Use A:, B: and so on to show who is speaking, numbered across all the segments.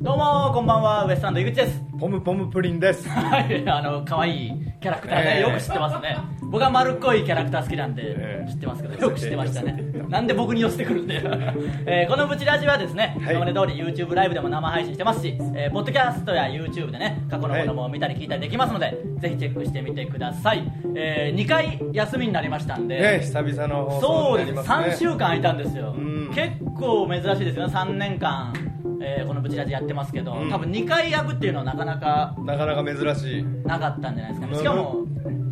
A: どうもこんばんはウエストランド井口です
B: ポムポムプリンです
A: はいあの可愛いキャラクターね、
B: ええ
A: よく知ってますね僕は丸っこいキャラクター好きなんで、
B: ええ
A: 知ってますけどよく知ってました ねなんで僕に寄せてくるん で、えーこのブチラジはですね、
B: はい
A: 今まで通り YouTube ライブでも生配信してますし、えーポッドキャストや YouTube でね過去のものも見たり聞いたりできますので、ぜひチェックしてみてください、え2回休みになりましたんで、
B: ね久々の放
A: そ
B: 送
A: うで
B: に
A: す、
B: なりますね
A: 3週間空いたんですよ、
B: うん
A: 結構珍しいですよね、3年間、えーこのブチラジやってますけど、
B: うん
A: 多分2回焼くっていうのはなかなか
B: なかなか珍しい
A: なかったんじゃないですかね、
B: うん
A: しかも、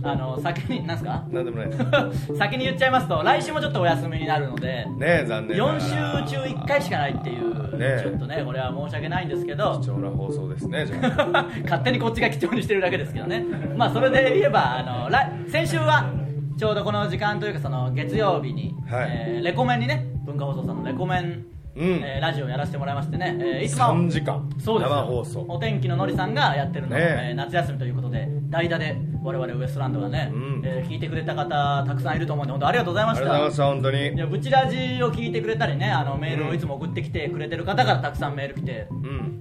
A: あの先に、なんすか
B: なんでもないです
A: 先に言っちゃいますと、来週もちょっとお休みになるので、
B: ね残念なが
A: 4
B: ら
A: 週中1回しかないっていう、
B: ね
A: ちょっとね、これは申し訳ないんですけど
B: 貴。重な放送です ねじゃあ
A: 勝手にこっちが貴重にしてるだけですけどね、まあ、それで言えばあの来先週はちょうどこの時間というかその月曜日に、
B: はい
A: えーレコメンにね文化放送さんのレコメン、
B: うん
A: えーラジオをやらせてもらいましてね、えーいつも
B: 3時間
A: そうですよ
B: 生放送
A: お天気ののりさんがやってるのを、
B: ねえ
A: えー夏休みということで代打で我々ウエストランドがね、
B: うん
A: えー聞いてくれた方たくさんいると思うんで本当ありがとうござい
B: あ
A: ま
B: り
A: し
B: がとう
A: た
B: ございました本当に
A: いやブチラジを聞いてくれたりねあのメールを
B: うん
A: いつも送ってきてくれてる方からたくさんメール来て、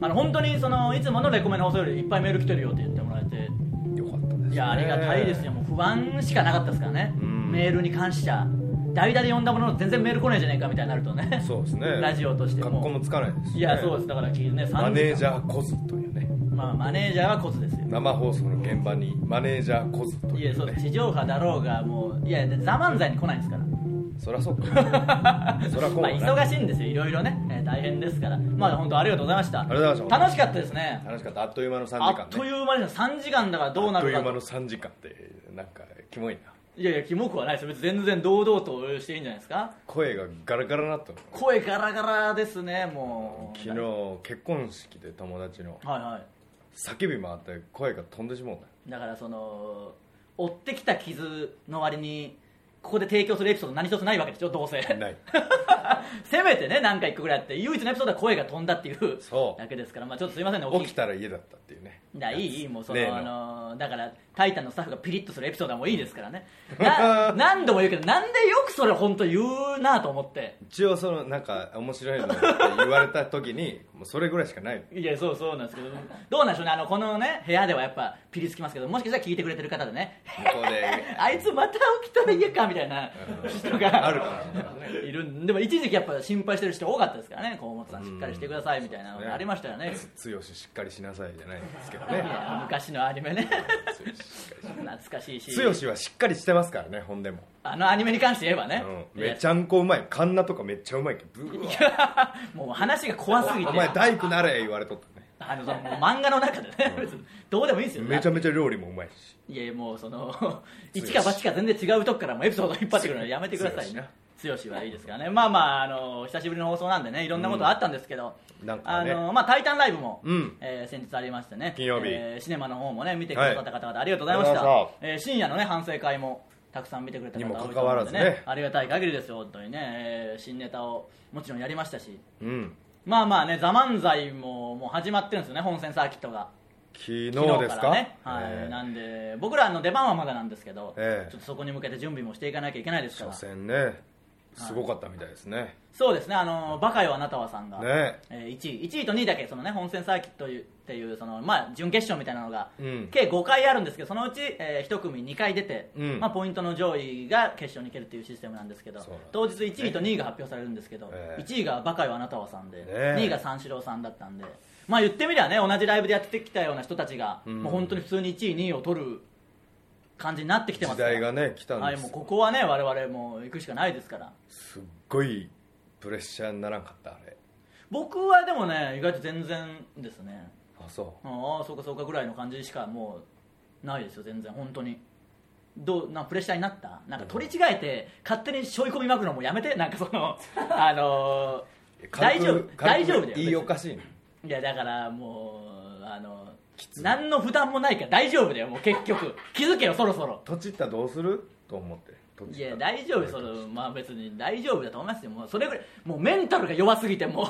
B: ん
A: あの本当にそのいつものレコメンの放送よりいっぱいメール来てるよって言ってもらえて
B: よかったですね
A: いやありがたいですよもう不安しかなかったですからね、
B: うん
A: メールに感謝代打で呼んだものの全然メール来ないじゃないかみたいになるとね
B: そうですね
A: ラジオとしても
B: 格好もつかないですしね
A: いやそうですだから聞いてね3時間
B: マネージャーコズというね
A: まあ、マネージャーはコツですよ
B: 生放送の現場にマネージャーコズと
A: い
B: い
A: や
B: う
A: そうです
B: ね
A: 地上波だろうがもういや「ザ漫才に来ないんですから
B: そり ゃそうかそりゃこう
A: まあ
B: かな
A: 忙しいんですよいろいろね、えー大変ですからまあ本当ありがとうございました
B: りがとうございました
A: 楽しかったですね
B: 楽しかったあっという間の3時間ね
A: あっという間です3時間だからどうなる
B: あっという間
A: か
B: の3時間ってなんかキモいない
A: やいやキモくはないですよ別に全然堂々と応援していいんじゃないですか
B: 声がガラガラになったの
A: 声ガラガラですねもう
B: 昨日結婚式で友達の
A: はいは
B: 叫び回って声が飛んでしまうんだよ
A: いだからその追ってきた傷の割にここで提供するエピソード何一つないわけでしょどうせ
B: ない
A: せめてね何か一個ぐらいあって唯一のエピソードは声が飛んだっていう
B: そう
A: だけですから、まあ、ちょっとすいませんね
B: 起きたら家だったっていうね
A: だいいいいもうそ
B: 例の
A: の、あのーだから「タイタン」のスタッフがピリッとするエピソードはもういいですから ねな何度も言うけどなんでよくそれ本当言うなと思って
B: 一応そのなんか面白いのって言われた時にもうそれぐらいしかない
A: いやそうそうなんですけどどうなんでしょうねあのこのね部屋ではやっぱピリつきますけどもしかしたら聞いてくれてる方でね
B: 向こうで
A: あいつまた起きたら家かみたいな人が
B: あるかもしれないね
A: いるんでも一時期やっぱ心配してる人多かったですからね河本さんしっかりしてくださいみたいなのがありましたよね
B: 強ししっかりしなさいじゃないんですけど
A: い
B: ね
A: や昔のアニメ ね
B: 強ししっかりし
A: 懐かしいし
B: 強しはしっかりしてますからねほんでも、
A: あのアニメに関して言えばね、
B: うん、めちゃんこうまいカンナとかめっちゃうまいけどブワー
A: もう話が怖すぎて
B: お前大工なれ言われとったね
A: あのそのもう漫画の中でね別にどうでもいいんですよ
B: めちゃめちゃ料理もうまいし
A: いやいやもうその一か八か全然違うとこからもうエピソード引っ張ってくるのやめてくださいね剛はいいですからねまあまああの久しぶりの放送なんでねいろんなことあったんですけど、
B: うんなん
A: あ
B: かね
A: のまあ「タイタンライブも」
B: うん
A: えー先日ありましてね
B: 金曜日
A: えーシネマの方もね見てくださった方々ありがとうございまし
B: あ
A: た、
B: りがとうございま
A: えー深夜のね反省会もたくさん見てくれた方
B: にも
A: 多い
B: か
A: と
B: かわ
A: 思う
B: ら
A: んで
B: ず
A: ね
B: ね
A: ありがたい限りですよ本当にね、えー新ネタをもちろんやりましたし
B: うん
A: まあまあね「ザ漫才ももう始まってるんですよね本戦サーキットが
B: 昨日です
A: 昨日
B: か
A: からね、はい
B: えー
A: なんで僕らの出番はまだなんですけど、
B: ええ
A: ちょっとそこに向けて準備もしていかなきゃいけないですから
B: 初戦ねすごかったみたいですね、
A: そうですねあのバカよあなたはさんが、
B: ね
A: えー1位1位と2位だけその、ね、本戦サーキットいうっていうその、まあ、準決勝みたいなのが、
B: うん
A: 計5回あるんですけどそのうち、え1組2回出て、
B: うん
A: まあ、ポイントの上位が決勝に行けるっていうシステムなんですけど
B: そうなんですね
A: 当日1位と2位が発表されるんですけど、
B: ええ
A: 1位がバカよあなたはさんで、
B: ね
A: 2位が三四郎さんだったんで。まあ言ってみりゃね同じライブでやってきたような人たちが、
B: うん
A: もう本当に普通に1位2位を取る感じになってきてま
B: 時
A: すから
B: 代がね来たん
A: は
B: で
A: いもう
B: す
A: ここはね我々もう行くしかないですから
B: すっごいプレッシャーにならんかったあれ
A: 僕はでもね意外と全然ですね
B: あそ
A: ああそうかそうかぐらいの感じしかもうないですよ全然本当にどうなんかプレッシャーになったなんか取り違えて勝手に背負い込みまくるのもやめてなんかそ のあの
B: う
A: ー大丈
B: 軽
A: 夫
B: く軽
A: 大
B: く
A: 丈夫だよ
B: 言いおかしいね
A: いやだからもうあのー何の負担もないから大丈夫だよもう結局 気づけよそろそろ
B: とちったらどうすると思ってとち
A: い
B: ったら
A: や大丈夫そのまあ別に大丈夫だと思いますよもうそれぐらいもうメンタルが弱すぎてもう
B: ね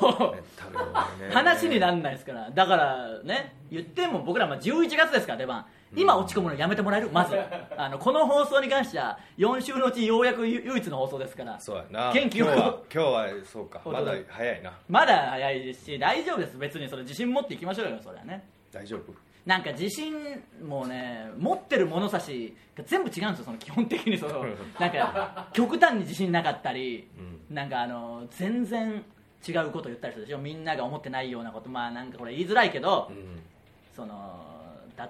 B: 食べ物ね
A: 話になんないですからだからね言っても僕らまあ11月ですから出番今落ち込むのやめてもらえるまずあのこの放送に関しては4週のうちようやく唯一の放送ですから
B: そうやな
A: 元気よ
B: 今
A: く
B: 日は今日はそうか
A: 本
B: ま
A: 当だ
B: だ早いな
A: まだ早いですし大丈夫です別にそれ自信持っていきましょうよそれはね
B: 大丈夫
A: なんか自信もうね持ってる物差しが全部違うんですよその基本的にそのなんか極端に自信なかったり、なんかあの全然違うこと言ったりするでしょみんなが思ってないようなことまあなんかこれ言いづらいけど、
B: うん
A: その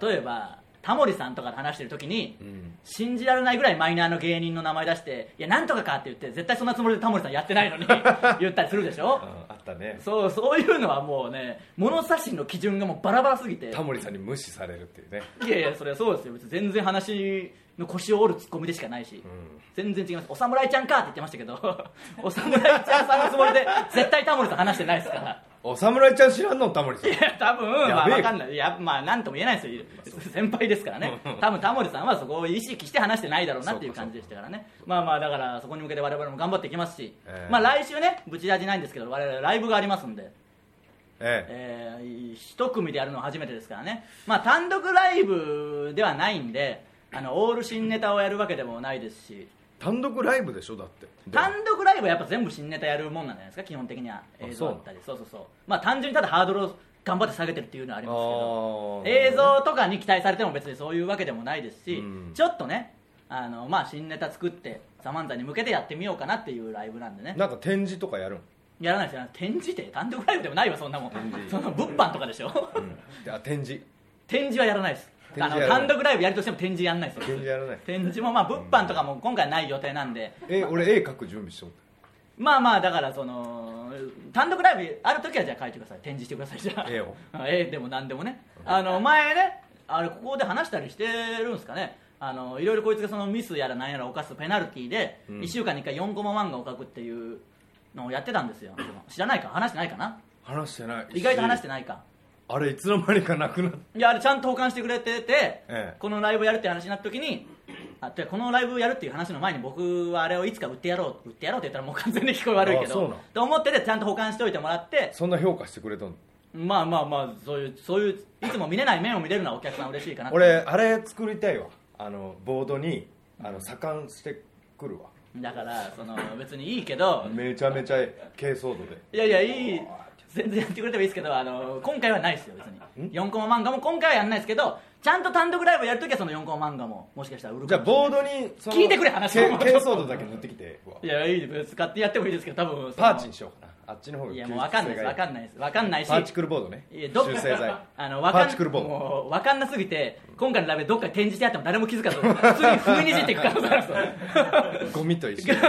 A: 例えばタモリさんとかと話してる時に、
B: うん
A: 信じられないぐらいマイナーの芸人の名前出していやなんとかかって言って絶対そんなつもりでタモリさんやってないの に言ったりするでしょ
B: ああったね
A: そうそういうのはもうね物差しの基準がもうバラバラすぎて
B: タモリさんに無視されるっていうね
A: いやいやそれはそうですよ別に全然話の腰を折るツッコミでしかないし、全然違いますお侍ちゃんかって言ってましたけど お侍ちゃんさんのつもりで絶対タモリさん話してないですから
B: お侍ちゃん知らんのタモリさん
A: いや 多分ま
B: や
A: あ
B: べえ
A: わかんないいやまあなんとも言えないですよ先輩ですからね多分タモリさんはそこを意識して話してないだろうなっていう感じでしたからねまあまあだからそこに向けて我々も頑張っていきますし、
B: ええ
A: まあ来週ねブチラジないんですけど我々ライブがありますんで
B: え
A: えー一組でやるのは初めてですからね、まあ、単独ライブではないんであのオール新ネタをやるわけでもないですし
B: え単独ライブでしょだって
A: 単独ライブはやっぱ全部新ネタやるもんなんじゃないですか基本的には映像だったりそうそうそうまあ単純にただハードルを頑張って下げてるっていうのはありますけど
B: あー
A: 映像とかに期待されても別にそういうわけでもないですし、
B: うん
A: ちょっとねあの、まあ、新ネタ作ってサマンザに向けてやってみようかなっていうライブなんでね
B: なんか展示とかやるん
A: やらないですよ展示って単独ライブでもないわそんなもん
B: 展 示
A: その物販とかでしょ、
B: あ展示
A: 展示はやらないです
B: 展
A: あ
B: 示
A: の
B: やらな
A: 単
B: い
A: 独ライブやるとしても展示やらないです
B: 展示やらない
A: 展示もまあ物販とかも今回ない予定なんで
B: え俺絵描く準備しとった
A: まあまあだからその単独ライブある時はじゃあ書いてください展示してくださいじゃあ
B: 絵を
A: 絵でも何でもねあの前ねあれここで話したりしてるんですかねあのいろいろこいつがそのミスやら何やら犯すペナルティーで
B: うん
A: 1週間に1回4コマ漫画を描くっていうのをやってたんですよでも知らないか話してないかな
B: 話してない
A: 意外と話しててないか
B: あれいつの間にかなくなっ
A: いやあれちゃんと保管してくれてて、
B: ええ
A: このライブやるって話になった時にあてかこのライブやるっていう話の前に僕はあれをいつか売ってやろう売ってやろうって言ったらもう完全に聞こえ悪いけ
B: あそう
A: ど
B: なん
A: と思っててちゃんと保管しておいてもらって
B: そんな評価してくれたの
A: まあまあまあそういうそういういつも見れない面を見れるのはお客さん嬉しいかなって
B: 俺あれ作りたいわあのボードにあの左官してくるわ
A: だからその別にいいけど
B: めちゃめちゃ軽装度で
A: いやいやいい全然やってくれてもいいですけどあの今回はないですよ別に4コマ漫画も今回はやんないですけどちゃんと単独ライブやるときはその4コマ漫画ももしかしたら売る
B: じ
A: か
B: ゃあ
A: もしれない
B: ボードにその
A: 聞いてくれ話を
B: け軽装度だけ塗ってきてうわ
A: いやいいです使ってやってもいいですけど多分そ
B: パ
A: の
B: ーチにしようかなあっちの方が
A: いやもう分かんないです分か
B: い
A: んないです分かんないし
B: パーチクルボードね
A: いや
B: 修
A: どっか
B: 正剤
A: あの
B: パ
A: わかん
B: ーチクルボード
A: もう分かんなすぎて今回のライブでどっかに展示してあっても誰も気づかず普通に封にじっていく可能性あるんですよ
B: ゴミと一緒に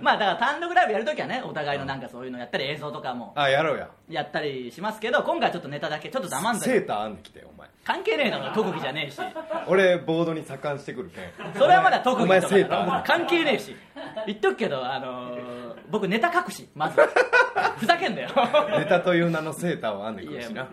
A: まあだから単独ライブやるときはねお互いのなんかそういうのやったり映像とかも
B: あやろうや
A: やったりしますけど今回はちょっとネタだけちょっと黙んだ
B: セ
A: け
B: ーター編んできてお前
A: 関係ねえだろ特技じゃねえし
B: 俺ボードに左官してくるけん
A: それはまだ特技
B: お前
A: と
B: セータ
A: か
B: ー
A: 関係ねえし言っとくけどあのー僕ネタ書くしまずふざけんだよ
B: ネタという名のセーターを編んでくるし
A: いや
B: な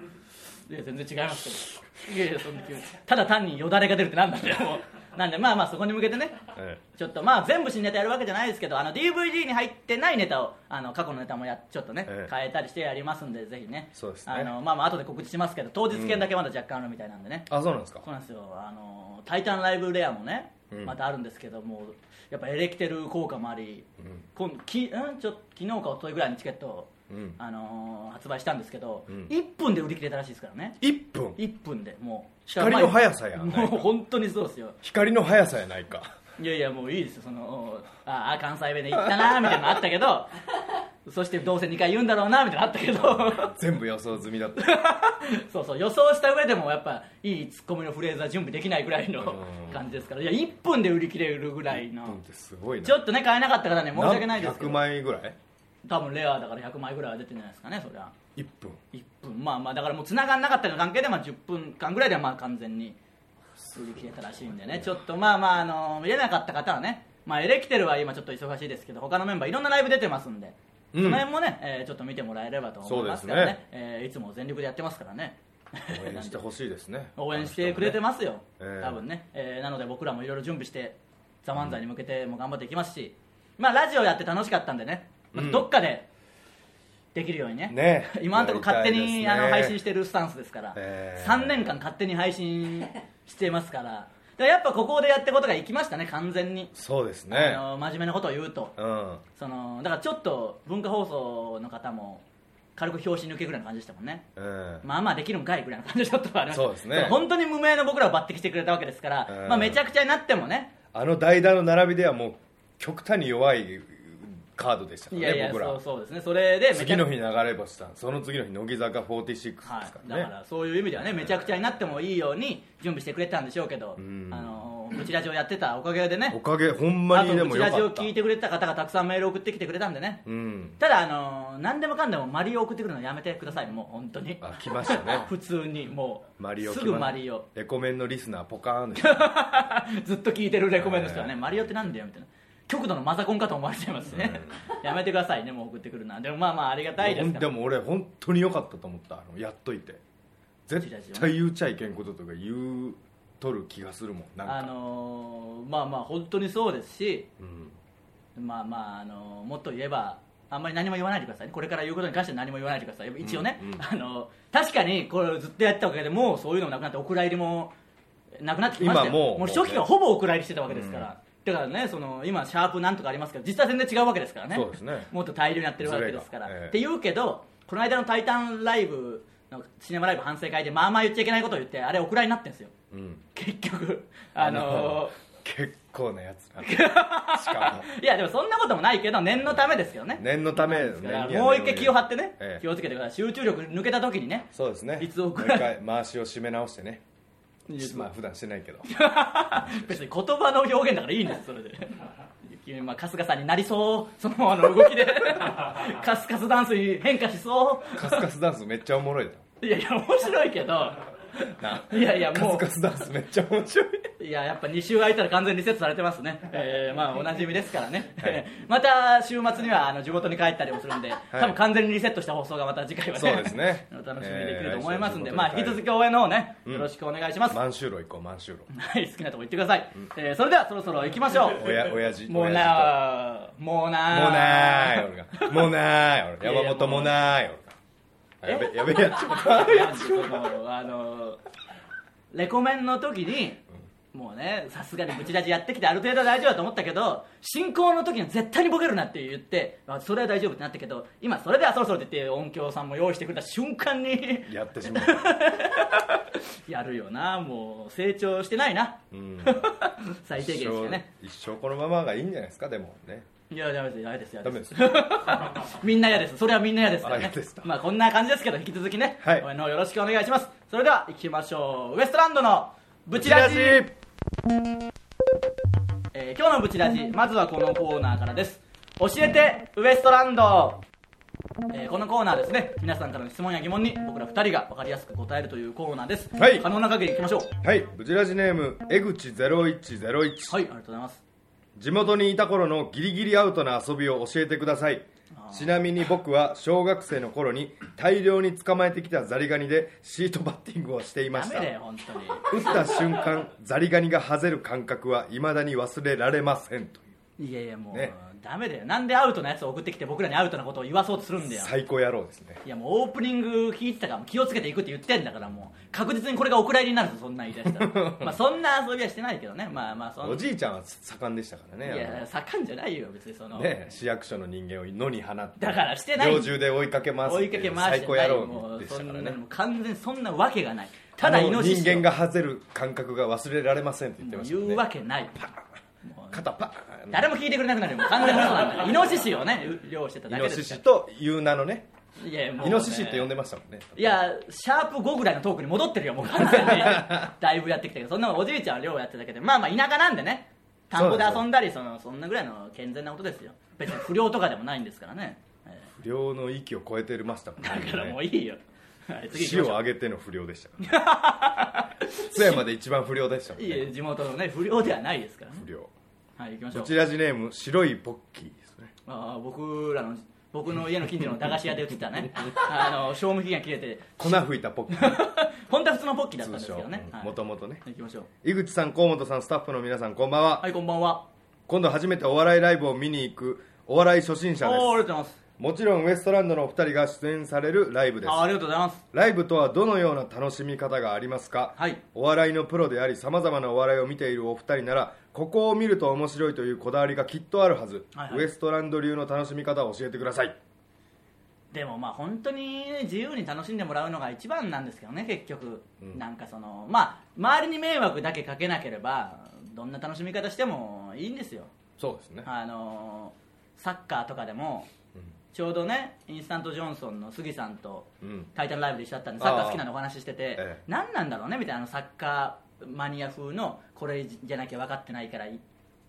B: い
A: や全然違いますけどいやいやそんな気分ただ単によだれが出るってなんなんだよもうなんでまあまあそこに向けてね
B: え
A: ちょっとまあ全部新ネタやるわけじゃないですけどあの DVD に入ってないネタをあの過去のネタもやちょっとね、
B: ええ
A: 変えたりしてやりますんでぜひね
B: そうですね
A: あのまあまあ後で告知しますけど当日券だけまだ若干あるみたいなんでね、
B: えあそうなんですか
A: そうなんですよあの「タイタンライブレア」もね
B: うん
A: またあるんですけども、やっぱエレキテル効果もあり、今きうん、ちょっと昨日か一昨日ぐらいにチケットを、
B: うん
A: あのー発売したんですけど、
B: うん
A: 1分で売り切れたらしいですからね
B: 1分
A: 1分でもう
B: 光の速さや
A: もう本当にそうですよ
B: 光の速さやないか
A: いやいやもういいですよそのああ関西弁で行ったなーみたいなのあったけど そしてどうせ2回言うんだろうなみたいなのあったけど
B: 全部予想済みだった
A: そうそう予想した上でもやっぱいいツッコミのフレーズは準備できないぐらいの
B: うん
A: 感じですからいや1分で売り切れるぐらい
B: なん
A: の
B: てすごいな
A: ちょっとね買えなかった方ね申し訳ないですけ
B: 100
A: ど
B: 枚ぐらい
A: 多分レアだから100枚ぐらいは出てるんじゃないですかねそりゃ
B: 1分
A: 1分まあまあだからもう繋がんなかったの関係で、まあ、10分間ぐらいではまあ完全に売り切れたらしいんでねちょっとまあまあ、あの見れなかった方はね、まあ、エレキテルは今ちょっと忙しいですけど他のメンバーいろんなライブ出てますんで、
B: うん
A: その辺もね、えーちょっと見てもらえればと思いますからね
B: そうですね
A: えーいつも全力でやってますからね
B: 応援してほしいですね
A: 応援してくれて
B: ま
A: ますよ、
B: あの人もねええ
A: 多分ね、えーなので僕らもいろいろ準備して「ザ漫才に向けても頑張っていきますし、まあラジオやって楽しかったんでね、まあ
B: うん
A: どっかでできるようにね
B: ね
A: 今のところ勝手
B: やりたい
A: に、
B: ですね
A: あの配信してるスタンスですから、
B: えー
A: 3年間勝手に配信してますからだからやっぱここでやってことがいきましたね完全に、
B: そうですね
A: あの真面目なことを言うと
B: うん
A: そのだからちょっと文化放送の方も軽く表紙抜けぐらいの感じでしたもんね
B: うん
A: まあまあできるんかいぐらいの感じでちょっとありました
B: そうですね
A: 本当に無名の僕らを抜擢してくれたわけですから、
B: うん
A: まあ、めちゃくちゃになってもね
B: あの代打の並びではもう極端に弱いカードでしたか
A: い
B: ら
A: やい
B: ね
A: や
B: 僕ら
A: そうそうですねそれでめちゃ
B: 次の日流れ星さんその次の日乃木坂46です
A: はい
B: から
A: だ
B: ね、
A: からそういう意味ではねめちゃくちゃになってもいいように準備してくれてたんでしょうけど、
B: うん
A: あのブチラジオやってたおかげで
B: お
A: ね
B: かげほんま
A: あ
B: にで
A: とブ
B: も
A: チ
B: よ
A: ラジ
B: か
A: オ
B: った
A: 聞いてくれてた方がたくさんメール送ってきてくれたんでね
B: うん
A: ただあの何でもかんでもマリオ送ってくるのやめてくださいもう本当に
B: あ来ましたね
A: 普通にもう
B: マリオ
A: す
B: 来
A: ぐ
B: ま
A: マリオ
B: レコメンのリスナーポカー ンで
A: ずっと聞いてるレコメンの人はね、
B: えー
A: マリオってなんだよみたいな極度のマザコンかと思われちゃいますしね、 やめてくださいねもう送ってくるのはでもまあまあありがたいですか
B: で
A: ら
B: も俺本当に良かったと思ったあのやっといて絶対言うちゃいけんこととか言うとる気がするもんなんか
A: あのーまあまあ本当にそうですし
B: うん
A: まあまあ、あのもっと言えばあんまり何も言わないでくださいねこれから言うことに関しては何も言わないでください一応ね、
B: うんうん
A: あの確かにこれをずっとやってたおかげでもうそういうのもなくなってお蔵入りもなくなってきましたよ
B: 今もう
A: もう初期からほぼお蔵入りしてたわけですから、だからねその今シャープなんとかありますけど実は全然違うわけですからね
B: そうですね
A: もっと大量にやってるわけですから、
B: ズレがええ
A: って言うけどこの間の「タイタンライブ」のシネマライブ反省会でまあまあ言っちゃいけないことを言ってあれお蔵になってんですよ
B: うん
A: 結局あの
B: 結構なやつ なんだしかも
A: いやでもそんなこともないけど念のためですよね
B: 念のため
A: ですから
B: 念には
A: もう一回気を張ってね、
B: ええ
A: 気をつけてください集中力抜けた時にね
B: そうですね
A: いつ送
B: もう
A: ら
B: 一回回しを締め直してねまあ普段してないけど
A: 別に言葉の表現だからいいんですそれで 君まあ春日さんになりそうそのあの動 きでカスカスダンスに変化しそ
B: カスカスダンスめっちゃおもろいだ
A: ういやいや面白いけどいやいやも
B: カスカスダンスめっちゃ 面白い
A: ういややっぱ2週空いたら完全にリセットされてますね、えーまあおなじみですからね、
B: はい
A: また週末にはあの地元に帰ったりもするんで、
B: い
A: 多分完全にリセットした放送がまた次回はね
B: そうですね
A: お楽しみにできると思いますんで、
B: えー
A: まあ引き続き応援の方ね、
B: ん
A: よろしくお願いします、
B: 満州路行こう満州 路
A: はい、好きなとこ行ってください、えーそれではそろそろ行きましょう
B: おや親父
A: もう
B: 親父
A: なーもう
B: と
A: な
B: もうな
A: ー
B: ーい俺がもうなー
A: い
B: い
A: や
B: 俺
A: いや
B: 山本もなーい俺が
A: え
B: やべやべやっちまった
A: なんでそのあのーレコメンの時にもうねさすがにブチラジやってきてある程度は大丈夫だと思ったけど進行の時には絶対にボケるなって言ってあそれは大丈夫ってなったけど今それではそろそろって言って音響さんも用意してくれた瞬間に
B: やってしまった
A: やるよなもう成長してないな
B: うん
A: 最低限しかね
B: 一生一生このままがいいんじゃないですかでもね
A: いやダメです嫌です嫌
B: ダ
A: で
B: メ
A: す
B: です
A: みんな嫌です。それはみんな嫌ですから
B: あ
A: ね
B: 嫌ですか。
A: まあこんな感じですけど引き続きね、
B: はい
A: 応援の方よろしくお願いします。それでは行きましょう。ウエストランドのブチラジ。えー今日のブチラジまずはこのコーナーからです。教えてウエストランド。えーこのコーナーですね皆さんからの質問や疑問に僕ら2人が分かりやすく答えるというコーナーです、
B: はい
A: 可能な限りいきましょう
B: はいブチラジネーム江口0101
A: はいありがとうございます
B: 地元にいた頃のギリギリアウトな遊びを教えてください
A: あー
B: ちなみに僕は小学生の頃に大量に捕まえてきたザリガニでシートバッティングをしていま
A: ダ
B: し
A: メ
B: た
A: だよ本当に
B: 打った瞬間ザリガニがハゼる感覚はいまだに忘れられませんという
A: いやいやもう、
B: ね
A: ダメだよなんでアウトなやつを送ってきて僕らにアウトなことを言わそうとするんだよ
B: 最高野郎ですね
A: いやもうオープニング聞いてたから気をつけていくって言ってんだからもう確実にこれがお蔵入りになるぞそんなん言い出 したらまあそんな遊びはしてないけどねまあまあそん
B: おじいちゃんは盛んでしたから
A: い
B: ね
A: や盛んじゃないよ別にそ
B: あ
A: の、
B: のね市役所の人間を野に放って
A: だからしてない
B: 猟銃で追いかけ回すっ
A: 追
B: て
A: いか
B: い
A: け
B: う
A: 回し
B: 最
A: て
B: 高
A: ない
B: 野
A: も
B: 郎
A: う
B: でし
A: そ
B: た
A: んな
B: から
A: の
B: ね
A: もう完全にそんなわけがないただ
B: あの
A: イノシシを
B: 人間がハゼる感覚が忘れられませんって言っ
A: も
B: てま
A: う
B: したもん
A: 言う
B: ね
A: わけないもう
B: 肩パーン
A: 誰も聞いてくれなくなるよもう完全にそうなんだイノシシをね漁してただ
B: イ
A: け
B: ノ
A: で
B: シ
A: す
B: シ
A: か
B: という名のね
A: らいやもうね
B: イノシシって呼んでましたもんね
A: いやシャープ5ぐらいのトークに戻ってるよもう完 全にだいぶやってきたけどそんなおじいちゃんは寮やってたけどまあまあ田舎なんでね田んぼで遊んだりそのそんなぐらいの健全なことですよ別に不良とかでもないんですからね、え
B: 不良の域を超えてましたもんね
A: ーだからもういいよ、はい、次
B: 死
A: 行
B: を
A: きましょ
B: 挙げての不良でしたから ね津山で一番不良でしたも
A: うんいいえ
B: ね
A: 地元のね不良ではないですからね
B: 不良
A: はい行きましょ
B: こ
A: う
B: ちらジネーム白いポッキーですね
A: あー僕らの僕の家の近所の駄菓子屋で売ってたね あの賞味期限切れて
B: 粉吹いたポッキー
A: 本当は普通のポッキーだったん
B: 通
A: ですけ
B: 称
A: どね、はい、
B: もともとね
A: 行きましょう
B: 井口さん河本さんスタッフの皆さんこんばんは
A: はいこんばんは
B: 今度初めてお笑いライブを見に行くお笑い初心者
A: おおーありがと
B: で
A: うございます
B: すもちろんウエストランドのお二人が出演されるライブです
A: あありがとうございます
B: ライブとはどのような楽しみ方がありますか、
A: はい
B: お笑いのプロでありさまざまなお笑いを見ているお二人ならここを見ると面白いというこだわりがきっとあるはず、
A: はいはい
B: ウエストランド流の楽しみ方を教えてください
A: でもまあ本当に自由に楽しんでもらうのが一番なんですけどね結局、
B: うん
A: なんかそのまあ周りに迷惑だけかけなければどんな楽しみ方してもいいんですよ
B: そうですね
A: あのサッカーとかでもちょうどねインスタントジョンソンの杉さんと
B: うん、うん
A: 「タイタンライブ」で一緒だったんでサッカー好きなのお話ししてて、
B: ええ
A: 何なんだろうねみたいなあのサッカーマニア風のこれじゃなきゃ分かってないからい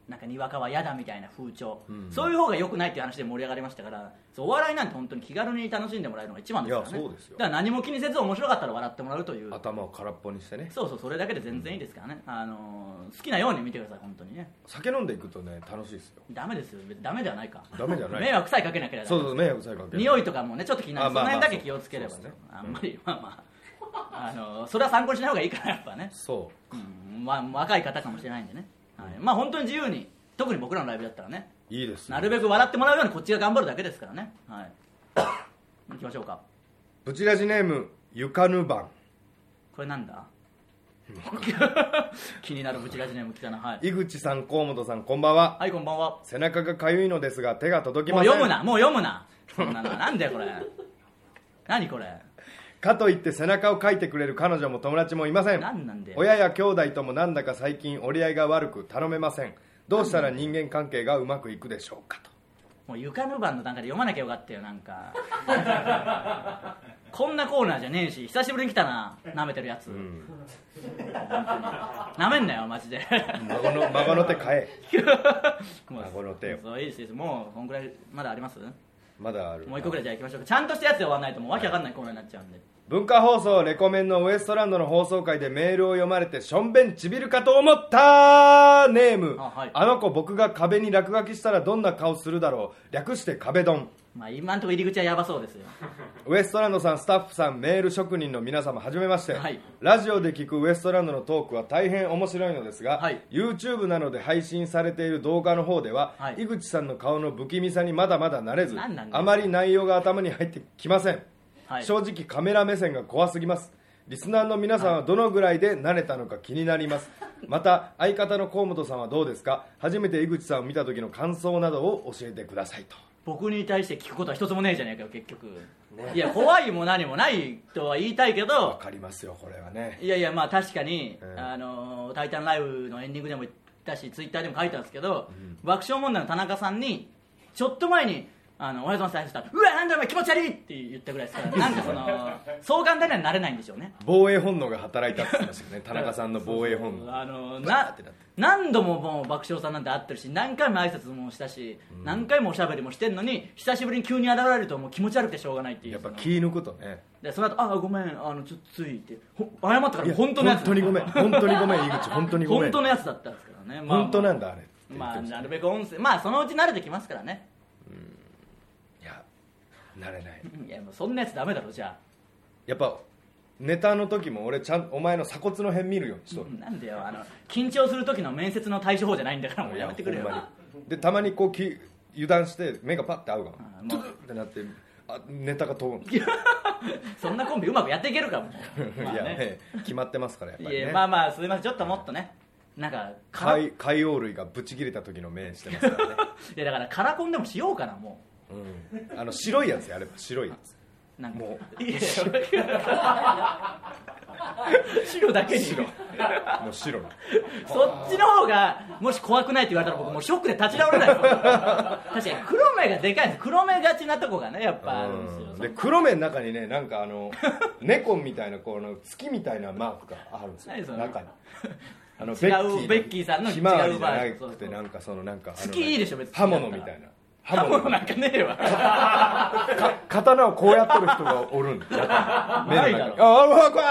A: なんかにわかは嫌だみたいな風潮、
B: うん
A: そういう方が良くないっていう話で盛り上がりましたからそうお笑いなんて本当に気軽に楽しんでもらえるのが一番ですからね
B: いやそうですよ
A: だから何も気にせず面白かったら笑ってもらうという
B: 頭を空っぽにしてね
A: そうそうそれだけで全然いいですからね、あの好きなように見てください本当にね
B: 酒飲んでいくとね楽しいですよ
A: ダメですよ別にダメではないか
B: ダメじゃない
A: 迷惑さえかけなければ
B: そうそう迷惑さえかけ
A: 匂
B: い
A: いとかもねちょっと気になる
B: あまあ
A: そ
B: まあ
A: の辺だけ気をつければ
B: そうそうですね
A: あんまりまあまああのそれは参考にしない方がいいからやっぱね、
B: そ
A: うんまあ、若い方かもしれないんでね、はい、まあ本当に自由に特に僕らのライブだったらね
B: ういいですね
A: なるべく笑ってもらうようにこっちが頑張るだけですからねはい行きましょうか
B: ブチラジネームゆかぬばん
A: これなんだ 気になるブチラジネーム来たなはい、
B: 井口さん河本さんこんばんは
A: はい、こんばんは
B: 背中がかゆいのですが手が届き
A: も
B: ま
A: う
B: せん
A: 読むなもう読むなそんなのなんだよこれ何これ
B: かといって背中をかいてくれる彼女も友達もいません
A: 何なんだよ
B: 親や兄弟ともなんだか最近折り合いが悪く頼めませんどうしたら人間関係がうまくいくでしょうかと
A: もう床の番の段階で読まなきゃよかったよなん かこんなコーナーじゃねえし久しぶりに来たな舐めてるやつ、舐めんなよマジで
B: 孫 の孫の手買え
A: もう
B: 孫の手を
A: そういいですいいですもうこんぐらいまだありますも
B: まだある
A: う一個ぐらいじゃあ行きましょうかちゃんとしたやつで終わらないともうわけわかんないコーナーになっちゃうんで
B: 文化放送レコメンのウエストランドの放送回でメールを読まれてしょんべんちびるかと思ったネーム
A: あはい
B: の子僕が壁に落書きしたらどんな顔するだろう略して壁ドン
A: まあ今んとこ入り口はやばそうですよ
B: ウエストランドさんスタッフさんメール職人の皆様はじめまして、
A: はい
B: ラジオで聞くウエストランドのトークは大変面白いのですが、
A: はい
B: YouTube などで配信されている動画の方では、
A: はい
B: 井口さんの顔の不気味さにまだまだ慣れず
A: 何なんだよ
B: あまり内容が頭に入ってきません、
A: はい
B: 正直カメラ目線が怖すぎますリスナーの皆さんはどのぐらいで慣れたのか気になり ますまた相方の河本さんはどうですか初めて井口さんを見た時の感想などを教えてくださいと
A: 僕に対して聞くことは一つもねえじゃねえかよ結局、いや怖いも何もないとは言いたいけど
B: わかりますよこれはね
A: いやいやまあ確かに「
B: ええ
A: あのタイタンライブ」のエンディングでも言ったしツイッターでも書いたんですけど、爆笑問題の田中さんにちょっと前に「あのおはようございます」って言ったら「うわなんだお前気持ち悪い!」って言ったぐらいですからなんかそ のそう簡単にはなれないんでしょうね
B: 防衛本能が働いたって言ってました よね田中さんの防衛本能
A: あの
B: バー
A: な
B: ってなって
A: 何度ももう爆笑さんなんて会ってるし何回も挨拶もしたし、何回もおしゃべりもしてんのに久しぶりに急に現れるともう気持ち悪くてしょうがないっていう
B: やっぱ
A: その
B: 気抜くとね
A: でその後あごめんあのちょっとつい」ってほ謝ったか
B: い
A: ら
B: や
A: 本当のやつ
B: 本当にごめん本当にごめん井口本当にごめ
A: 本
B: ん
A: 当の
B: 本
A: やつだったんですからね、
B: 当,、
A: まあ
B: なんだあれって言っ
A: ま
B: て
A: あ
B: ました
A: なるべく音声まあそのうち慣れてきますからね
B: いや慣れない
A: いやもうそんなやつダメだろじゃ
B: やっぱネタの時も俺ちゃんお前の鎖骨の辺見るようにしと
A: あ
B: る、
A: なんでよあの緊張する時の面接の対処法じゃないんだからもうやめてくれよ
B: ほんまにでたまにこうき油断して目がパッて合うが
A: あ
B: ん
A: もう
B: ってなってあネタが飛ぶの
A: そんなコンビうまくやっていけるかもう、まあ
B: いや
A: ね、
B: ね決まってますからやっぱ
A: い
B: り
A: や
B: ね
A: まあまあすみませんちょっともっとねなんかから い
B: 海海王類がブチ切れた時の目してますからね、
A: やだからカラコンでもしようかなも
B: うん、あの白いやつやれば白いやつ
A: うなんか
B: も
A: ういやいや 白だけに
B: 白もう白の
A: そっちの方がもし怖くないって言われたら僕もうショックで立ち直れないです よ確かに黒目がでかいんです黒目がちなとこがねやっぱあるんですよ
B: で黒目の中にねなんか あの猫みたいなこの月みたいなマークがあるんですよ
A: 何それ
B: 中にあの
A: 違うベッキーさんの
B: ひまわ
A: 違
B: り
A: う
B: じ
A: バ
B: ゃ
A: ージョン
B: な
A: そう
B: く
A: そ
B: て
A: う
B: なんかそのなんかあの
A: 好きいいでしょ別に
B: 刃物みたいな
A: 刃物なんかねえわ
B: か刀をこうやってる人がおるんだ
A: ない
B: 目の
A: だ
B: 中
A: ろ
B: にあうわ怖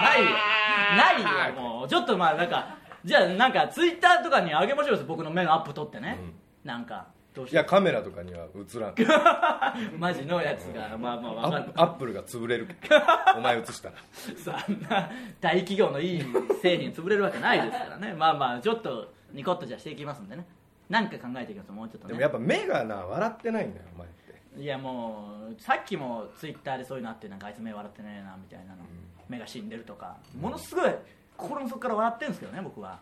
A: ないよないよもうちょっとまあなんかじゃあなんかツイッターとかにあげましょうよ僕の目のアップ撮ってね、なんかどう
B: い
A: し
B: いや
A: よ
B: カメラとかには映らん
A: うマジのやつがまあ まあ
B: ア
A: わかんな
B: ップ
A: い
B: アップルが潰れる お前映したら
A: そんな大企業のいい製品潰れるわけないですからねまあまあちょっとニコッとじゃあしていきますんでねなんか考えていきますもうちょっとね
B: でもやっぱ目がな笑ってないんだよお前って
A: いやもうさっきもツイッターでそういうのあってなんかあいつ目笑ってねえなみたいなの、目が死んでるとかものすごい心の底から笑ってるんですけどね僕は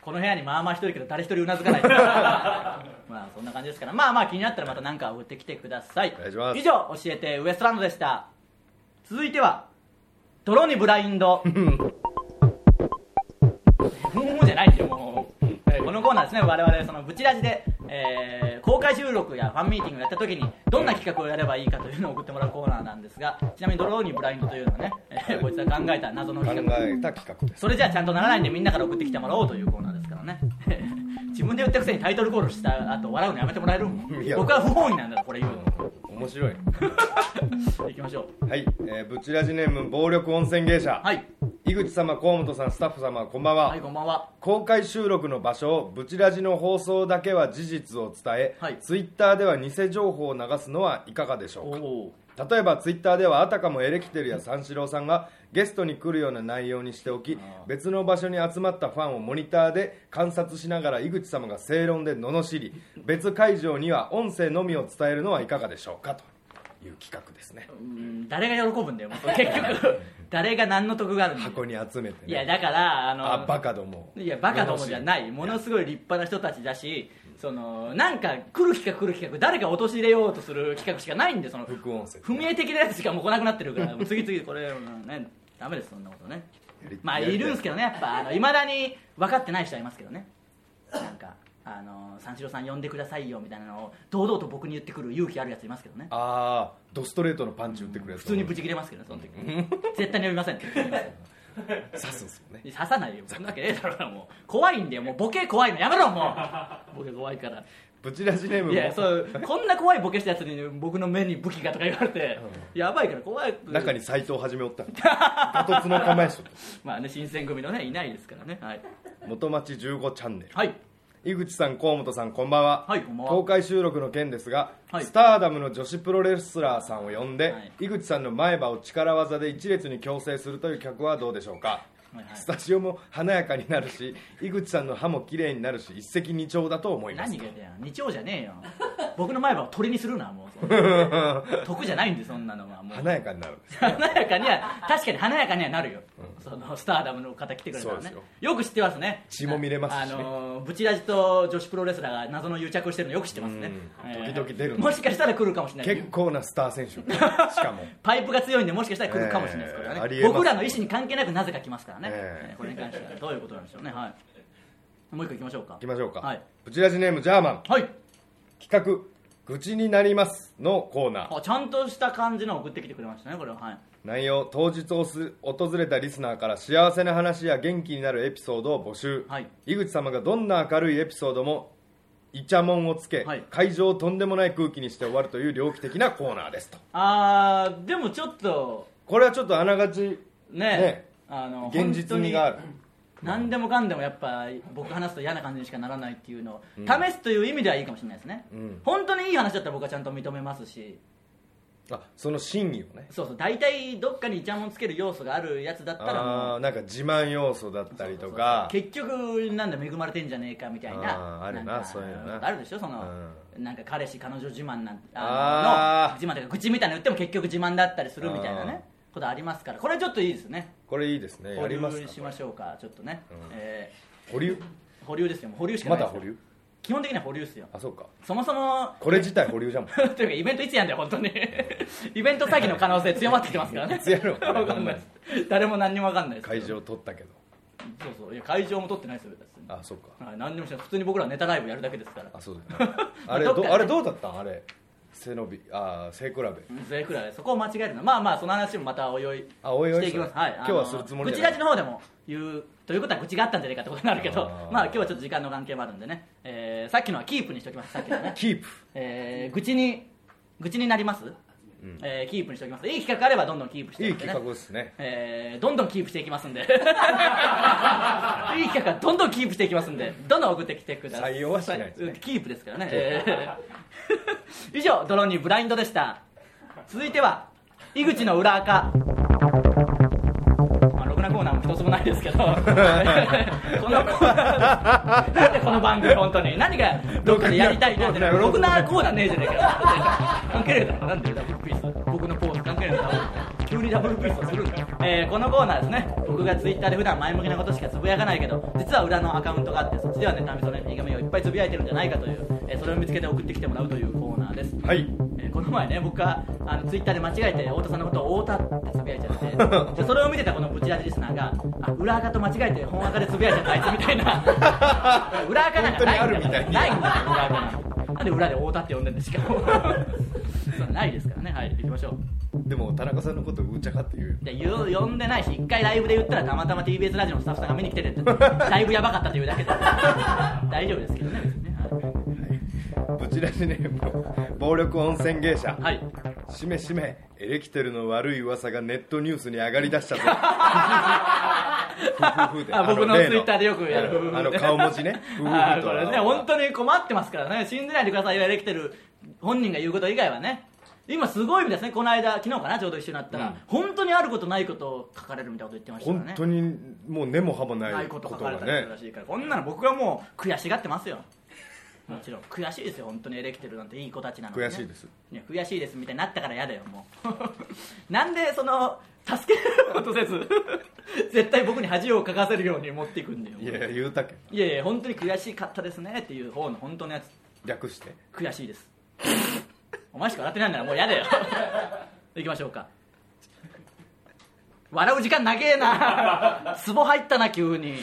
A: この部屋にまあまあ一人けど誰一人うなず かないまあそんな感じですからまあまあ気になったらまた何か送ってきてください
B: お願いします
A: 以上教えてウエストランドでした続いては泥にブライン ドもうじゃないですよもうこのコーナーですね我々そのブチラジで、えー公開収録やファンミーティングをやった時にどんな企画をやればいいかというのを送ってもらうコーナーなんですがちなみに「ドローにブラインド」というのはね、えーこいつが考えた謎の
B: 考
A: 企画
B: えた企画です
A: それじゃあちゃんとならないんでみんなから送ってきてもらおうというコーナーですからね 自分で言ったくせにタイトルコールした後笑うのやめてもらえるもん
B: いや
A: 僕は不本意なんだからこれ言う
C: 面白い
A: のいきましょう
B: はい、えー、ブチラジネーム暴力温泉芸者、
A: はい
B: 井口様河本さんスタッフ様こんばんは、
A: はいこんばんは
B: 公開収録の場所をブチラジの放送だけは事実を伝え、
A: はい
B: ツイッターでは偽情報を流すのはいかがでしょう
A: おお
B: か例えばツイッターではあたかもエレキテルや三四郎さんがゲストに来るような内容にしておき別の場所に集まったファンをモニターで観察しながら井口様が正論で罵り別会場には音声のみを伝えるのはいかがでしょうかという企画ですね
A: うん誰が喜ぶんだよもう結 局誰が何の得があるんだよ
B: 箱に集めて、ね、
A: いやだからあの
B: あバカども
A: いやバカどもじゃないものすごい立派な人たちだしそのなんか来る企画来る企画誰か陥れようとする企画しかないんでその
B: 副音声
A: 不明的なやつしかもう来なくなってる からもう次々これうんねダメですそんなことね
B: やり
A: まあ
B: やりた
A: い
B: い
A: るんですけどねやっぱいまだに分かってない人はいますけどねなんかあの三四郎さん呼んでくださいよみたいなのを堂々と僕に言ってくる勇気あるやついますけどね
B: ああドストレートのパンチ打ってくれる
A: 普通にブチ切れますけどねその時絶対に呼びません って言いますけど
B: 刺すんですよね
A: 刺さないよそんなわけねえだろうなもう怖いんだよもうボケ怖いのやめろもうボケ怖いから
B: ブチラジネームも
A: いやそうこんな怖いボケしたやつに僕の目に武器がとか言われて、やばいから怖い
B: 中に斎藤はじめおったんでガトツの構えしとっ
A: まあね新選組のねいないですからねはい、
B: た元町15チャンネル
A: はい、
B: 井口さん河本さんこんばんは、
A: はいこんばんは
B: 公開収録の件ですが、
A: はい
B: スターダムの女子プロレスラーさんを呼んで、
A: はい
B: 井口さんの前歯を力技で一列に矯正するという企画はどうでしょうか、
A: はいはい
B: スタジオも華やかになるし井口さんの歯も綺麗になるし一石二鳥だと思います
A: 何がだよ日曜じゃねえよ僕の前歯を鳥にするなもうそん な得じゃないんでそんなのはもう
B: 華やかになるんです
A: 華やかには確かに華やかにはなるよ、そのスターダムの方来てくれたら
B: そう
A: ね
B: です
A: よく知ってますね
B: 血も見れますしね
A: あのーブチラジと女子プロレスラーが謎の癒着をしてるのよく知ってますね
B: うん、
A: えー
B: 時々出るんです
A: もしかしたら来るかもしれない
B: 結構なスタ ー選手しかも
A: パイプが強いんでもしかしたら来るかもしれないですから
B: えーあ
A: ね、
B: りえます
A: 僕らの意思に関係なくなぜか来ますからね、
B: えー
A: えーこれに関してはどういうことなんでしょうねはいもう一個行きましょうか
B: いきましょうか、
A: はい、
B: ブチラジネームジャーマン
A: はい
B: 企画愚痴になりますのコーナー
A: あちゃんとした感じの送ってきてくれましたねこれははい
B: 内容当日おす訪れたリスナーから幸せな話や元気になるエピソードを募集、
A: はい
B: 井口様がどんな明るいエピソードもイチャモンをつけ、
A: はい
B: 会場をとんでもない空気にして終わるという猟奇的なコーナーですと
A: あーでもちょっと
B: これはちょっとあながち
A: ね
B: ね
A: あの
B: 現実味がある
A: 何でもかんでもやっぱ僕話すと嫌な感じにしかならないっていうのを試すという意味ではいいかもしれないですね、
B: ん
A: 本当にいい話だったら僕はちゃんと認めますし
B: あその真意をね
A: そうそう大体どっかにイチャモンつける要素があるやつだったらも
B: あーなんか自慢要素だったりと
A: う
B: か
A: 結局なんだ恵まれてんじゃねえかみたい
B: あ
A: な
B: ーあるなん
A: か
B: そういうのな
A: あるでしょその、なんか彼氏彼女自慢なん
B: あ
A: あ
B: ー
A: のの自慢というか口みたいなの言っても結局自慢だったりするみたいなねことありますからこれちょっといいですね
B: これいいですねや
A: 保
B: り
A: 留
B: ます
A: し
B: か
A: ましょうかちょっとね、え
B: 保留
A: ー保留ですよもう保留しかな
B: ま
A: いで
B: だ
A: すよ
B: 保留
A: 基本的には保留ですよ
B: あそうか
A: そもそも
B: これ自体保留じゃん
A: というかイベントいつやんだよ本当に イベント詐欺の可能性強まってきてますからね
B: いつやるの
A: わかんないです誰も何にも分かんないです
B: 会場取ったけど
A: そうそういや会場も取ってないですよ別に
B: あそうか
A: はい何にもしない普通に僕らはネタライブやるだけですから
B: あそうだよねあれ
A: どっか
B: ど
A: ね
B: あれどうだったんあれ背伸びあー背比べ
A: それくらいそこを間違えるのまあまあその話もまたおいおい
B: あおいお
A: し
B: い
A: ていきます、はい、
B: 今日はするつも
A: あ
B: り
A: の
B: じ
A: 愚痴
B: ゃない
A: ラジの方でも言うということは愚痴があったんじゃないかってことになるけど
B: あー
A: まあ今日はちょっと時間の関係もあるんでね、えーさっきのはキープにしておきますさっきのね、
B: キープ
A: えー愚痴に愚痴になります、えーキープにしておきますいい企画あればどんどんキープして
B: い
A: い
B: い
A: ってね
B: 企画ですね
A: えーどんどんキープしていきますん でいい企画はどんどんキープしていきますんでどんどん送ってきてください
B: 採用はしないですね
A: キープですからね、えー 以上ドローンにブラインドでした続いては井口の裏垢まあろくなコーナーも来どうしようもないですけ どこのコーナーなんでこの番組本当に何がどっかでやりたいって言ってるのろくなコーナーねえじゃねえかよ関係ねえだろなんでダブルピース僕のコーナー関係ねえだろ急にダブルピースをするんだよ、えーこのコーナーですね僕がツイッターで普段前向きなことしかつぶやかないけど実は裏のアカウントがあってそっちではねタミソネの苦みをいっぱいつぶやいてるんじゃないかという、えーそれを見つけて送ってきてもらうというコーナーです
B: はい
A: えーこの前ね僕があのツイッターで間違えて太田さんのことを太田ってつぶやいちゃ ってでそれを見てたこのブチラジリスナーがあ裏垢と間違えて本垢でつぶやいちゃったあいつみたい な裏垢なんかないんだから
B: 本当にあるみたいに
A: ないんだから裏垢なんてなんで裏で太田って呼んでんだしかもそんなないですからねはい行きましょう
B: でも田中さんのことうんちゃかって言うよ
A: いや言う呼んでないし一回ライブで言ったらたまたま TBS ラジオのスタッフさんが見に来ててってライブやばかったというだけで大丈夫ですけどね別にね
B: ブチラジネームの暴力温泉芸者、
A: はい、はい
B: しめしめエレキテルの悪い噂がネットニュースに上がりだしたぞふふふで
A: あ僕の
B: 例
A: ツイッターでよくやる
B: うんあの顔文字ねふふふ と
A: あーこれね本当に困ってますからね信じないでくださいよエレキテル本人が言うこと以外はね今すごいみたいですねこの間昨日かなちょうど一緒になったら、
B: うん
A: 本当にあることないことを書かれるみたいなこと言ってましたからね
B: 本当にもう根も葉もな
A: ないいこ
B: ことと
A: 書か
B: が
A: れたりす
B: ね
A: るらしいからこんなの僕はもう悔しがってますよもちろん悔しいですよ本当にエレキテルなんていい子たちなのに、ね、
B: 悔しいです
A: や悔しいですみたいになったから嫌だよもう なんでその助けようとせず 絶対僕に恥をかかせるように持っていくんだよ
B: いや言うたけ
A: いやいや本当に悔しかったですねっていう方の本当のやつ
B: 略して
A: 悔しいです お前しか笑ってないんだらもうやだよ 行きましょうか笑う時間長えな ツボ入ったな急に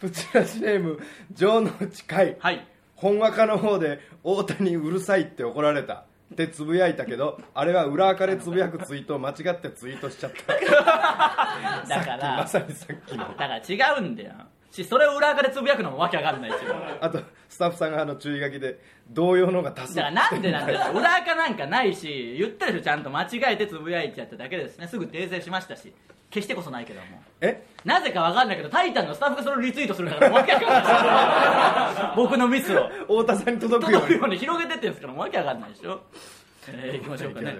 B: ブチラジネーム城之内海
A: はい
B: 本垢の方で大谷うるさいって怒られたってつぶやいたけどあれは裏垢でつぶやくツイートを間違ってツイートしちゃった
A: だか
B: ま
A: ら
B: さにさっきの
A: だから違うんだよしそれを裏側でつぶやくのもわけわかん ないしだ
B: あとスタッフさんがあの注意書きで同様のが多数
A: からなんでなんだよ裏垢なんかないし言ったでしょちゃんと間違えてつぶやいちゃっただけですねすぐ訂正しましたし決してこそないけども
B: え
A: なぜかわかんないけど「タイタン」のスタッフがそれをリツイートするからもう訳わかんない 僕のミスを
B: 太田さんに届くよう
A: 届く
B: に
A: ように広げてってんですからもう訳わかんないでしょえー、いきましょうかね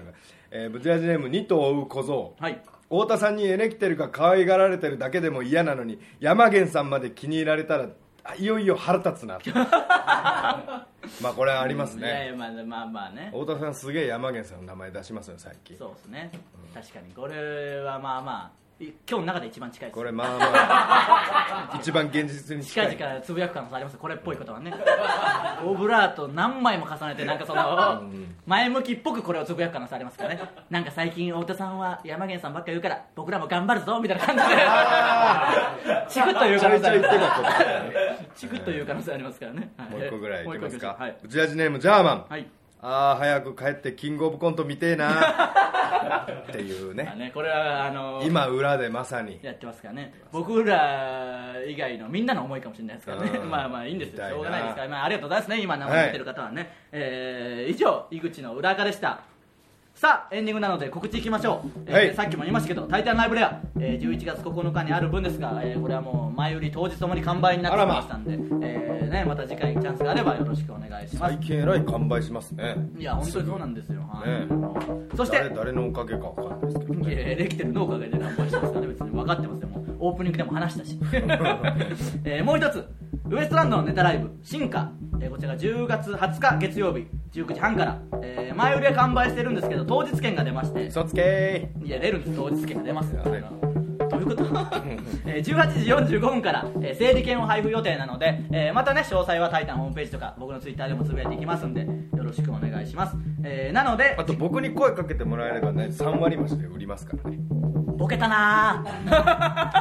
B: えーブチラジネーム2頭追う小僧
A: はい
B: 太田さんにエレキテルが可愛がられてるだけでも嫌なのに山源さんまで気に入られたらあいよいよ腹立 つなまあこれはあります
A: いやい
B: ね
A: やまあまあまあね
B: 太田さんすげえ山源さんの名前出しますよ最近
A: そうですね確かにこれはまあまあい今日の中で一番近いです
B: これまあま あ一番現実に近い
A: 近々つぶやく可能性ありますこれっぽいことは ねオブラート何枚も重ねてなんかその前向きっぽくこれをつぶやく可能性ありますから ねなんか最近太田さんは山源さんばっか言うから僕らも頑張るぞみたいな感じで チクッと言う
B: ち
A: 可
B: ょ
A: 能性
B: いち
A: あ
B: ょ
A: り
B: い手
A: ま
B: が
A: す
B: 込む
A: チクッと言う可能性ありますからねはい
B: もう一個ぐらいいけますか、
A: もう一個いき
B: ブチラジネームジャーマン、
A: まはい
B: ああ早く帰ってキングオブコント見てえなっていう
A: まあ
B: ね
A: ねこれはあの
B: 今裏でまさに
A: やってますからね僕ら以外のみんなの思いかもしれないですからね
B: う ん
A: まあまあいいんです
B: み
A: よ
B: たい
A: し
B: な
A: ょうがないですから、まあ、ありがとうございますね今生見てる方はね、えー以上井口の裏垢でしたさあエンディングなので告知いきましょう、えー
B: はい
A: さっきも言いましたけど「タイタンライブレア」えー11月9日にある分ですが、えーこれはもう前売り当日ともに完売になってきましたんで、えーね、また次回チャンスがあればよろしくお願いします
B: 最近えらい完売しますね
A: いや本当にそうなんですよ、はい
B: ね
A: そして
B: 誰誰のおかげかわかんないですけど
A: いやいや
B: ね
A: できてる農家がで何本してますからね別に分かってますよもうオープニングでも話した し、えーもう一つウエストランドのネタライブ「進化」えーこちらが10月20日月曜日19時半から、えー前売りは完売してるんですけど当日券が出まして
B: 嘘つけ
A: いや出るんです当日券が出ますよ
B: いや
A: どういうこと えー18時45分から、えー整理券を配布予定なので、えーまたね詳細は「タイタン」ホームページとか僕のツイッターでもつぶやいていきますんでよろしくお願いします、えーなので
B: ーあと僕に声かけてもらえればね3割増しで売りますからね
A: ボケたなー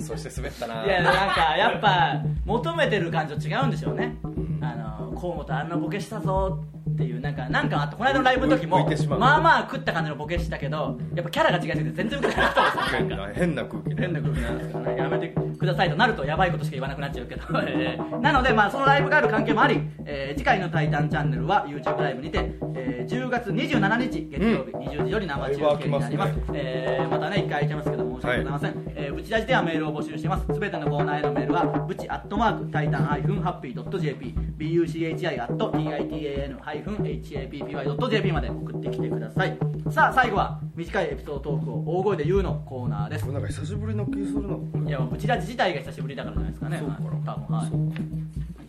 B: そして滑ったない
A: やなんかやっぱ求めてる感じと違うんでしょうね、あの河本あんなボケしたぞっていうなんかなんかあったこの間のライブの時も
B: 浮いてしまう
A: まあまあ食った感じのボケしたけどやっぱキャラが違いすぎて全然受けなかったです
B: 変な変な空気ね
A: 変な空気なんですからねやめてくださいとなるとやばいことしか言わなくなっちゃうけど、 えーなので、まあ、そのライブがある関係もあり、えー次回の「タイタンチャンネル」は YouTube ライブにて、えー10月27日月曜日、20時より生中継になります
B: だいぶ空きます
A: えーまたね1回空いちゃいますけど申し訳ございません、えーブチラジではメールを募集してますすべてのコーナーへのメールはブチアットマークタイタンハイフンハッピードット JP buchi アット titan ハイフン happy ドット JP まで送ってきてくださいさあ最後は短いエピソードトークを大声で言うのコーナーです
B: これなんか久しぶりな気するなこれ
A: いやブチラジ自体が久しぶりだからじゃないですかね
B: そうか
A: 多分はい
B: そうか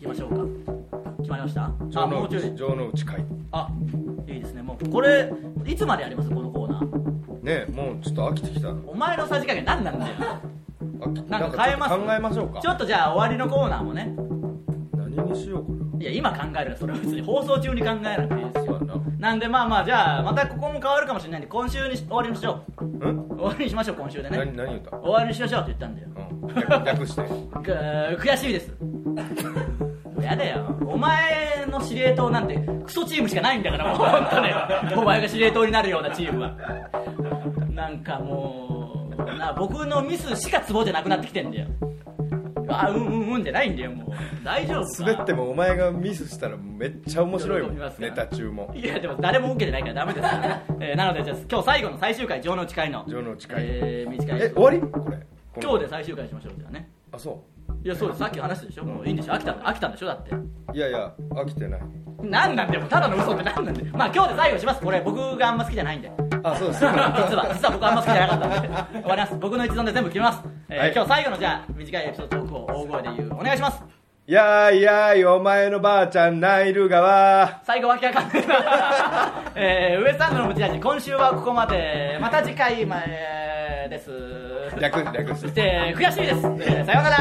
A: 行きましょうか決まりましたあ
B: 城
A: も
B: 之
A: うちょい
B: 内城之内会
A: あいいですねもうこれいつまでやりますこのコーナー
B: ねもうちょっと飽きてきた
A: お前のさじ加減何なんだよ
B: 飽き
A: なんか変えます
B: なんかちょっと考えましょうか
A: ちょっとじゃあ終わりのコーナーもね
B: 何にしようこ
A: い
B: れ
A: や今考えるのそれは別に放送中に考えなくていいです
B: そう
A: よ
B: やな
A: なんでまあまあじゃあまたここも変わるかもしれないんで今週にし終わりにしようん終わりにしましょう今週でね
B: 何何言った
A: 終わりにしましょうって言ったんだよ
B: うん 略略して
A: く悔しいですやだよお前の司令塔なんてクソチームしかないんだからもう本当ねお前が司令塔になるようなチームはなんかもうな僕のミスしかツボじゃなくなってきてんだよあうんうんうんじゃないんだよもう大丈夫か
B: 滑ってもお前がミスしたらめっちゃ面白いも
A: 喜
B: ん
A: びますか
B: ネタ中も
A: いやでも誰も受けてないからダメですから、えーなのでじゃあ今日最後の最終回情の誓いの
B: 情の誓い
A: えー短い
B: え終わりこれ
A: 今日
B: で
A: で最終回にしましょうじゃあね
B: あそ
A: いやそうですさっき話したでしょもういいんでしょ飽きたんだ飽きたんでしょだって
B: ういやいや飽きてない
A: なんなんだよただの嘘ってなんなんだよまあ今日で最後にしますこれ僕があんま好きじゃないんで実
B: あそうです
A: は実は僕あんま好きじゃなかったんで終わります僕の一存で全部決めます、えー
B: はい
A: 今日最後のじゃあ短いエピソードトークを大声で言うお願いします
B: やーいやーいお前のばあちゃんナイル川
A: 最後わけわかんないな、 えー、ウエストランドの持ち味今週はここまでまた次回までです
B: 略略し
A: そ
B: て
A: して悔しいです、えーさようなら